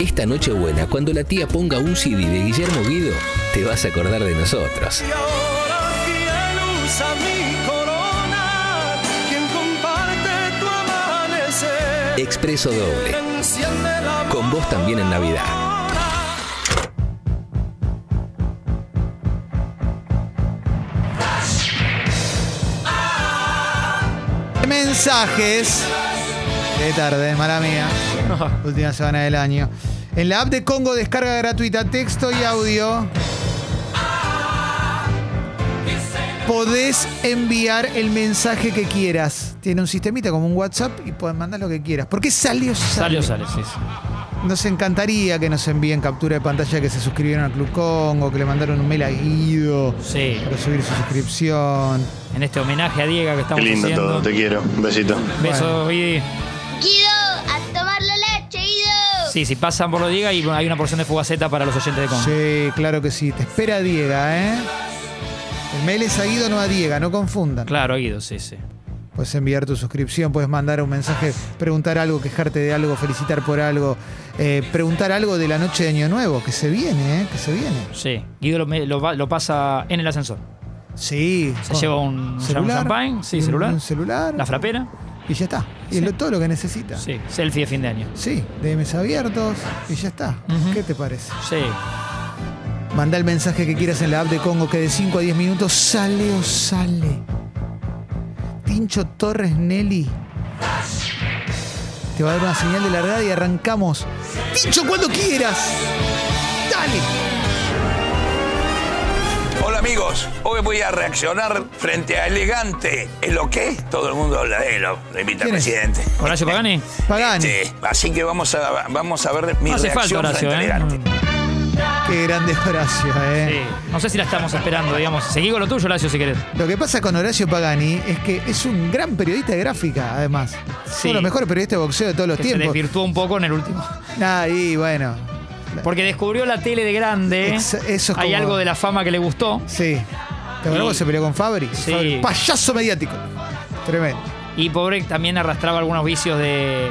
Esta noche buena, cuando la tía ponga un CD de Guillermo Guido, te vas a acordar de nosotros. Y ahora quien usa mi corona, quien comparte tu amanecer, Expreso Doble, enciende la con vos también en Navidad. mensajes. De tarde, mala mía. Última semana del año. En la app de Congo descarga gratuita texto y audio. Podés enviar el mensaje que quieras. Tiene un sistemita como un WhatsApp y podés mandar lo que quieras. Porque salió, Salió, salió. sale, sí, sí. Nos encantaría que nos envíen captura de pantalla que se suscribieron al Club Congo, que le mandaron un mail a Guido Sí, para subir su suscripción. en este homenaje a Diego que estamos Qué lindo haciendo. todo, te quiero. Un besito. Besos, Vidi. Guido, a tomar la leche, Guido. Sí, si pasan por lo Diego y hay una porción de fugaceta para los oyentes de Congo. Sí, claro que sí. Te espera Diega, ¿eh? El mail es a Guido, no a Diega, no confundan. Claro, Guido, sí, sí. Puedes enviar tu suscripción, puedes mandar un mensaje, preguntar algo, quejarte de algo, felicitar por algo, eh, preguntar algo de la noche de Año Nuevo, que se viene, ¿eh? Que se viene. Sí. Guido lo, me- lo va- lo pasa en el ascensor. Sí. Se con lleva un, un champagne, sí, un- celular, Un celular. la frapera, Y ya está. Y Sí. es lo- todo lo que necesita. sí, selfie de fin de año. Sí, DMs abiertos y ya está. Ujú. ¿Qué te parece? Sí, Manda el mensaje que quieras en la app de Congo, que de 5 a 10 minutos sale o sale. Tincho Torres Nelly. Te va a dar una señal de largada y arrancamos. Tincho, cuando quieras. Dale. Hola amigos, hoy voy a reaccionar frente a Elegante. ¿Es lo que? Todo el mundo habla de él, lo invita al ¿Quién es? presidente. Horacio Pagani. Pagani. Este, así que vamos a, vamos a ver mi No hace falta reacción Horacio, frente a ¿eh? Elegante. Qué grande Horacio, Sí. ¿eh? No sé si la estamos esperando, digamos. Seguí con lo tuyo, Horacio, si querés. Lo que pasa con Horacio Pagani es que es un gran periodista de gráfica, además. Uno Sí. de los mejores periodistas de boxeo de todos los Que se tiempos. desvirtuó un poco en el último. Ah, y bueno. Porque descubrió la tele de grande. Ex- eso es Hay como- algo de la fama que le gustó. Sí. ¿Te acuerdas Y- cuando se peleó con Fabri? Sí. Fabri, Payaso mediático. Tremendo. Y pobre también arrastraba algunos vicios de,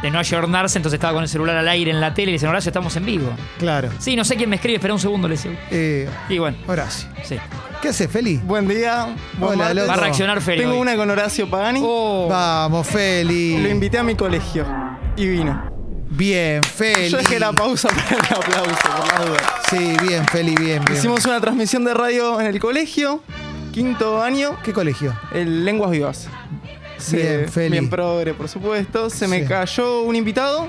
de no ayornarse, entonces estaba con el celular al aire en la tele y le dicen, Horacio, estamos en vivo. Claro. Sí, no sé quién me escribe, espera un segundo, le dice. Eh, Y bueno, Horacio. sí. ¿Qué haces, Feli? Buen día. buen Hola, martes. loco. Va a reaccionar Feli. Tengo hoy. una con Horacio Pagani. Oh, Vamos, Lo Feli. invité a mi colegio y vino. Bien, Feli. Yo dejé la pausa para el aplauso, por las dudas. Sí, bien, Feli, bien, bien. Hicimos una transmisión de radio en el colegio, quinto año, ¿Qué colegio? el Lenguas Vivas. Bien, Feli. Bien progre, por supuesto. Se me Sí. cayó un invitado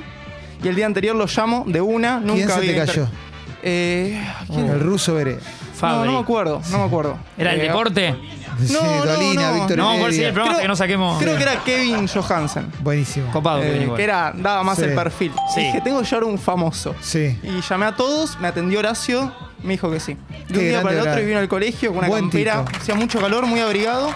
y el día anterior lo llamo de una. Nunca se había te inter- cayó? Eh, ¿quién? El ruso Veré. No, Fabri. no me acuerdo, no me acuerdo. ¿Era el Eh, deporte? sí, no, Dolina, no. Víctor No, por Heredia. si el programa hasta que no saquemos. Creo que era Kevin Johansen. Buenísimo. Copado. Eh, que viene igual. que era, daba más Sí. el perfil. Sí. Dije, tengo que llevar un famoso. Sí. Y llamé a todos, me atendió Horacio, me dijo que sí. De Qué un día grande para el otro Horacio. y vino al colegio con una Buen campera, tipo. hacía mucho calor, muy abrigado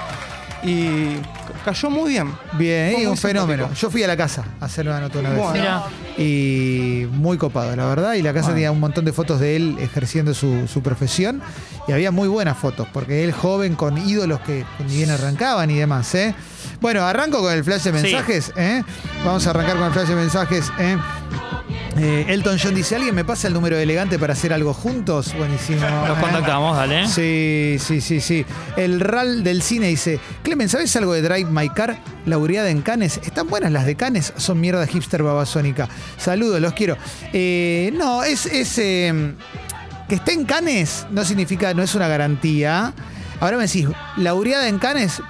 y ca- cayó muy bien. Bien, Fue eh, muy un fenómeno. simpático. Yo fui a la casa a hacerlo una nota una vez. Bueno. Mira, Y muy copado, la verdad. Y la casa tenía un montón de fotos de él ejerciendo su, su profesión. Y había muy buenas fotos, porque él joven con ídolos que ni bien arrancaban y demás. ¿eh? Bueno, arranco con el flash de mensajes. ¿eh? Vamos a arrancar con el flash de mensajes. ¿eh? Eh, Elton John dice: ¿Alguien me pasa el número de elegante para hacer algo juntos? Buenísimo. los ¿eh? contactamos, dale. Sí, sí, sí, sí. El RAL del cine dice, Clemen, ¿sabes algo de Drive My Car? Laureada en Canes. ¿Están buenas las de Canes? Son mierda hipster babasónica. Saludos, los quiero. Eh, no, es... es, eh, que esté en Canes no significa, no es una garantía. Ahora me decís, laureada en Canes,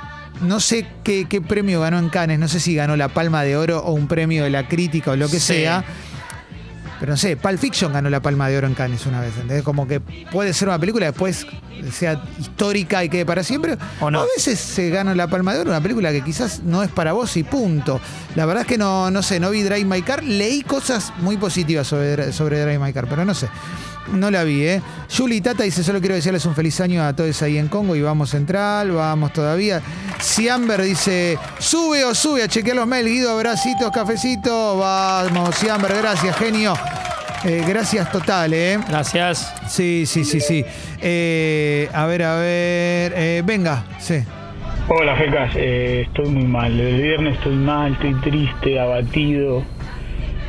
no sé qué, qué premio ganó en Canes, no sé si ganó la Palma de Oro o un premio de la crítica o lo que Sí. sea. Pero no sé, Pulp Fiction ganó la Palma de Oro en Cannes una vez, ¿entendés? Como que puede ser una película que después sea histórica y quede para siempre. O no. A veces se gana la Palma de Oro, una película que quizás no es para vos y punto. La verdad es que no, no sé, no vi Drive My Car. Leí cosas muy positivas sobre, sobre Drive My Car, pero no sé. No la vi, ¿eh? Juli Tata dice, solo quiero desearles un feliz año a todos ahí en Congo y vamos central, vamos todavía. Siamber dice, sube o sube a chequear los mail, Guido, abracitos, cafecito. Vamos, Siamber, gracias, genio. Eh, gracias total, ¿eh? Gracias. Sí, sí, sí, sí. Eh, a ver, a ver. eh, venga, sí. Hola, Fecas. Eh, estoy muy mal. El viernes estoy mal, estoy triste, abatido.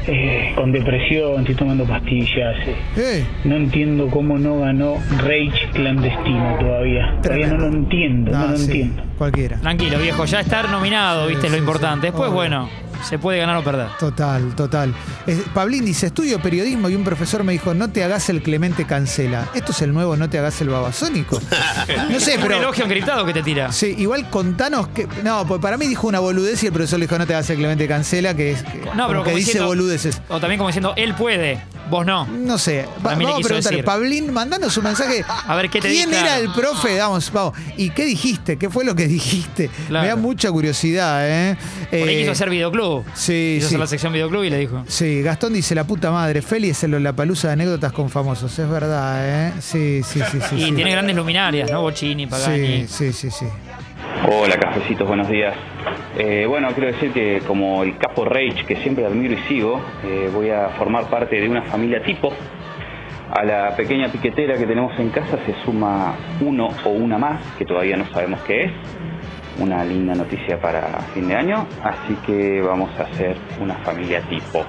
eh, con depresión, estoy tomando pastillas. eh. Eh, No entiendo cómo no ganó Rage clandestino todavía. Todavía Tremendo. no lo entiendo, no, no, lo Ah, sí, entiendo. Cualquiera. Tranquilo, viejo, ya estar nominado, viste, es lo sí, importante. sí. Después, Obvio. bueno, se puede ganar o perder. Total, total. Es- Pablín dice, estudio periodismo y un profesor me dijo, no te hagas el Clemente Cancela. Esto es el nuevo no te hagas el babasónico. No sé, Un pero... elogio gritado que te tira. Sí, igual contanos que... No, pues para mí dijo una boludez y el profesor le dijo, no te hagas el Clemente Cancela, que es... que- No, pero como que como dice diciendo- boludeces. O también como diciendo, él puede, vos no. No sé, va- Para mí le vamos a quiso preguntarle. decir. Pablín, mandanos un mensaje. A ver, ¿qué te ¿Quién dice? era el profe? Vamos, vamos. ¿Y qué dijiste? ¿Qué fue lo que dijiste? Claro. Me da mucha curiosidad, ¿eh? Por ahí Eh, quiso hacer videoclub. sí, Quiso sí. hacer la sección videoclub y le dijo. Sí, Gastón dice la puta madre. Feli es el palusa de anécdotas con famosos. Es verdad, ¿eh? Sí, sí, sí. sí Y sí. tiene grandes luminarias, ¿no? Bocini, Sí, Pagani. sí, sí, sí. Hola, cafecitos, buenos días. Eh, bueno, quiero decir que como el capo Rage, que siempre admiro y sigo, eh, voy a formar parte de una familia tipo. A la pequeña piquetera que tenemos en casa se suma uno o una más, que todavía no sabemos qué es. Una linda noticia para fin de año, así que vamos a hacer una familia tipo.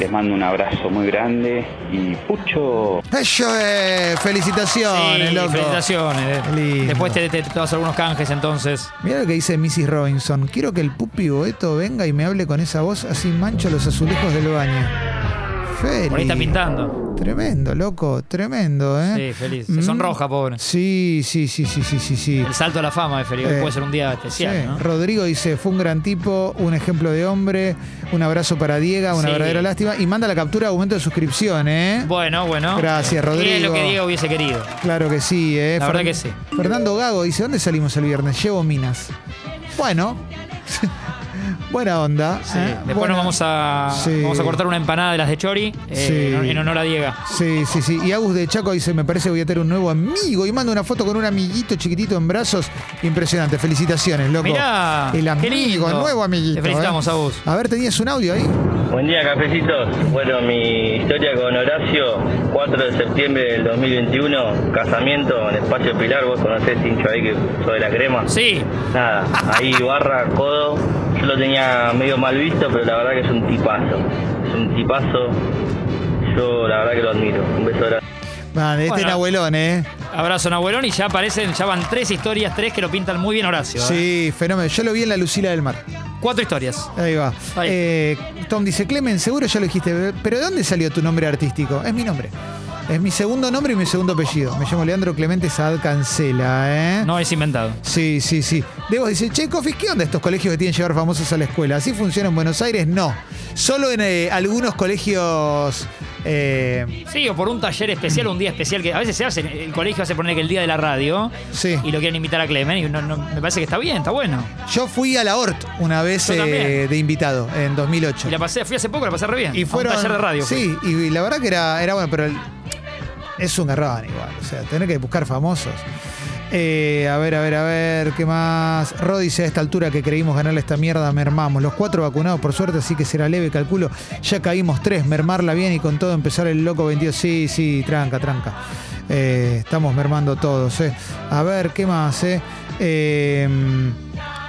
Les mando un abrazo muy grande y pucho. Eso es. Felicitaciones, Sí, loco. felicitaciones. eh. Lindo. Después te, te- te vas a algunos canjes entonces. Mira lo que dice Mrs. Robinson. Quiero que el pupi boeto venga y me hable con esa voz así mancho los azulejos del baño. Feli. Por ahí está pintando. Tremendo, loco. Tremendo, ¿eh? Sí, feliz. Mm. Se sonroja, pobre. Sí, sí, sí, sí, sí, sí, sí. El salto a la fama de Felipe. Eh, Puede ser un día especial, Sí. ¿no? Rodrigo dice, fue un gran tipo, un ejemplo de hombre, un abrazo para Diego, una Sí. verdadera lástima. Y manda la captura de aumento de suscripción, ¿eh? Bueno, bueno. Gracias, Y es lo Rodrigo. que Diego hubiese querido. Claro que sí, ¿eh? La verdad que sí. Fernando Gago dice, ¿dónde salimos el viernes? Llevo minas. Bueno, buena onda. Sí. ¿eh? Después Buena- nos vamos a, Sí. vamos a cortar una empanada de las de Chori eh, Sí. en- en honor a Diego. Sí, sí, sí. Y Agus de Chaco dice, me parece que voy a tener un nuevo amigo. Y manda una foto con un amiguito chiquitito en brazos. Impresionante. Felicitaciones, loco. Mirá, El qué amigo, lindo. el nuevo amiguito. Te felicitamos, ¿eh? Agus. A ver, tenías un audio ahí. Buen día, cafecitos. Bueno, mi historia con Horacio, 4 de septiembre del 2021, casamiento en Espacio Pilar, vos conocés, hincho ahí que soy de la crema. Sí, Nada, ahí barra, codo. Yo lo tenía medio mal visto, pero la verdad que es un tipazo. Es un tipazo. Yo la verdad que lo admiro. Un beso grande. Man, este Bueno. es abuelón, ¿eh? abrazo Nahuelón y ya aparecen, ya van tres historias, tres que lo pintan muy bien Horacio. ¿eh? Sí, fenómeno. Yo lo vi en la Lucila del Mar. Cuatro historias. Ahí va. Ahí. Eh, Tom dice, Clemen, seguro ya lo dijiste, eh, pero ¿de dónde salió tu nombre artístico? Es mi nombre. Es mi segundo nombre y mi segundo apellido. Me llamo Leandro Clemente Saad Cancela, ¿eh? No es inventado. Sí, sí, sí. Debo dice, che, Cofis, ¿qué onda estos colegios que tienen que llevar famosos a la escuela? ¿Así funciona en Buenos Aires? No. Solo en eh, algunos colegios... eh, Sí, o por un taller especial, un día especial que a veces se hace. El colegio hace poner que el día de la radio sí. y lo quieren invitar a Clemen. Y no- no- me parece que está bien, está bueno. Yo fui a la ORT una vez Yo también. eh, de invitado, en 2008. Y la pasé, fui hace poco, la pasé re bien. Y A fueron, un taller de radio. fui. Sí, y la verdad que era, era bueno, pero el- es un garrón igual. O sea, tener que buscar famosos. Eh, a ver, a ver, a ver, ¿qué más? Rod dice, a esta altura que creímos ganarle esta mierda, mermamos. Los cuatro vacunados, por suerte, así que será leve, calculo. Ya caímos tres, mermarla bien y con todo empezar el loco 22. Sí, sí, tranca, tranca. Eh, estamos mermando todos, eh. A ver, ¿qué más, eh? Eh,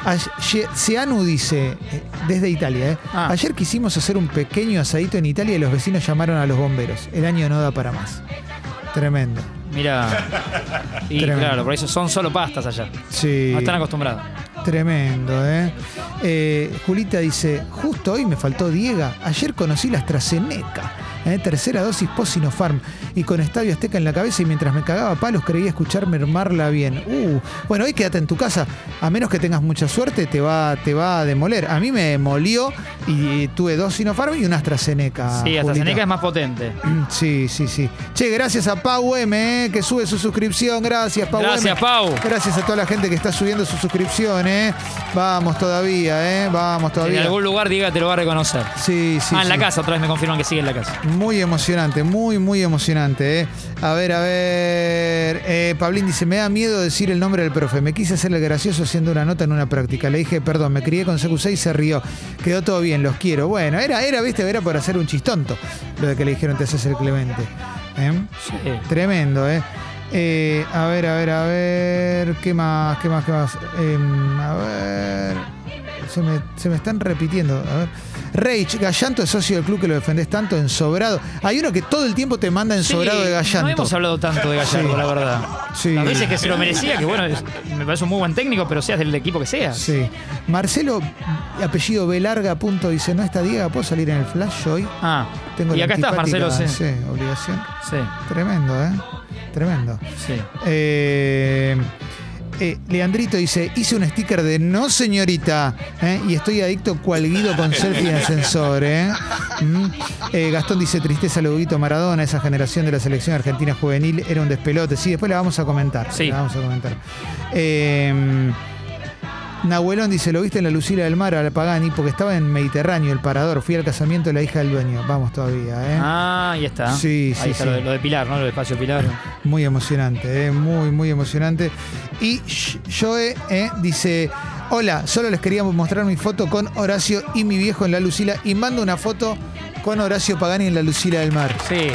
Ayer- Seanu dice, eh, desde Italia, ¿eh? Ah. ayer quisimos hacer un pequeño asadito en Italia y los vecinos llamaron a los bomberos. El año no da para más. Tremendo. Mirá. Y Tremendo. claro, por eso son solo pastas allá. Sí. Ah, No Ah, están acostumbrados. Tremendo, ¿eh? Eh, Julita dice, justo hoy me faltó Diega. Ayer conocí la AstraZeneca. ¿eh? Tercera dosis post Sinopharm. Y con Estadio Azteca en la cabeza y mientras me cagaba a palos creía escuchar mermarla bien. Uh, bueno, hoy quédate en tu casa. A menos que tengas mucha suerte, te va, te va a demoler. A mí me demolió y tuve dos Sinopharm y una AstraZeneca. sí, hasta Julita. Seneca es más potente. Sí, sí, sí. Che, gracias a Pau M, eh, que sube su suscripción. Gracias, Pau Gracias, M. Pau. Gracias a toda la gente que está subiendo su suscripción, ¿eh? Vamos todavía, ¿eh? Vamos En todavía. algún lugar, Diego te lo va a reconocer. Sí, sí. ah, en la sí. casa, otra vez me confirman que sigue en la casa. Muy emocionante, muy, muy emocionante. ¿eh? A ver, a ver. Eh, Pablín dice: Me da miedo decir el nombre del profe. Me quise hacer el gracioso haciendo una nota en una práctica. Le dije, perdón, me crié con CQ6 y se rió. Quedó todo bien, los quiero. Bueno, era, era, viste, era por hacer un chistonto lo de que le dijeron te haces el Clemente. ¿Eh? Sí. Tremendo, ¿eh? Eh, A ver, a ver, a ver. ¿Qué más? ¿Qué más? ¿Qué más? Em, a ver. se me, se me están repitiendo. A ver. Rage, Gallanto es socio del club que lo defendés tanto en sobrado. Hay uno que todo el tiempo te manda en Sí, sobrado de Gallanto. No hemos hablado tanto de Gallardo, Sí. la verdad. Sí. A veces que se lo merecía, que bueno, es- me parece un muy buen técnico, pero seas del equipo que seas. Sí. Marcelo, apellido B larga, punto, dice, no está Diego, ¿puedo salir en el flash hoy? Ah, Tengo y la acá estás, antipática, Marcelo. Sí, sí. Sí, obligación. Tremendo, ¿eh? Tremendo. sí. Eh, eh, Leandrito dice, hice un sticker de no señorita ¿eh? y estoy adicto cual guido con selfie en ascensor. ¿eh? Mm. Eh, Gastón dice, tristeza Luguito Maradona, esa generación de la selección argentina juvenil era un despelote. Sí, después la vamos a comentar. Sí. La vamos a comentar. Eh, Nahuelón dice, lo viste en la Lucila del Mar, al Pagani, porque estaba en Mediterráneo, el parador. Fui al casamiento de la hija del dueño. Vamos todavía, ¿eh? Ah, ahí está. Sí, ahí sí, está sí. Lo, de, lo de Pilar, ¿no? Lo de Espacio Pilar. Muy emocionante, eh, muy, muy emocionante. Y Sh- Joe eh, dice: Hola, solo les quería mostrar mi foto con Horacio y mi viejo en la Lucila. Y mando una foto con Horacio Pagani en la Lucila del Mar. Sí.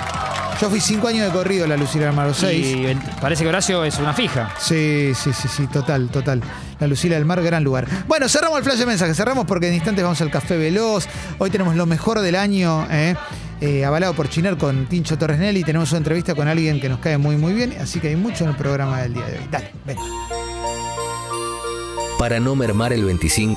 Yo fui cinco años de corrido en la Lucila del Mar, o seis. Y el- parece que Horacio es una fija. Sí, sí, sí, sí, total, total. La Lucila del Mar, gran lugar. Bueno, cerramos el flash de mensajes, cerramos porque en instantes vamos al Café Veloz. Hoy tenemos lo mejor del año, ¿eh? Eh, avalado por Chiner con Tincho Torres Nelly. Tenemos una entrevista con alguien que nos cae muy, muy bien, así que hay mucho en el programa del día de hoy. Dale, ven. Para no mermar el 25.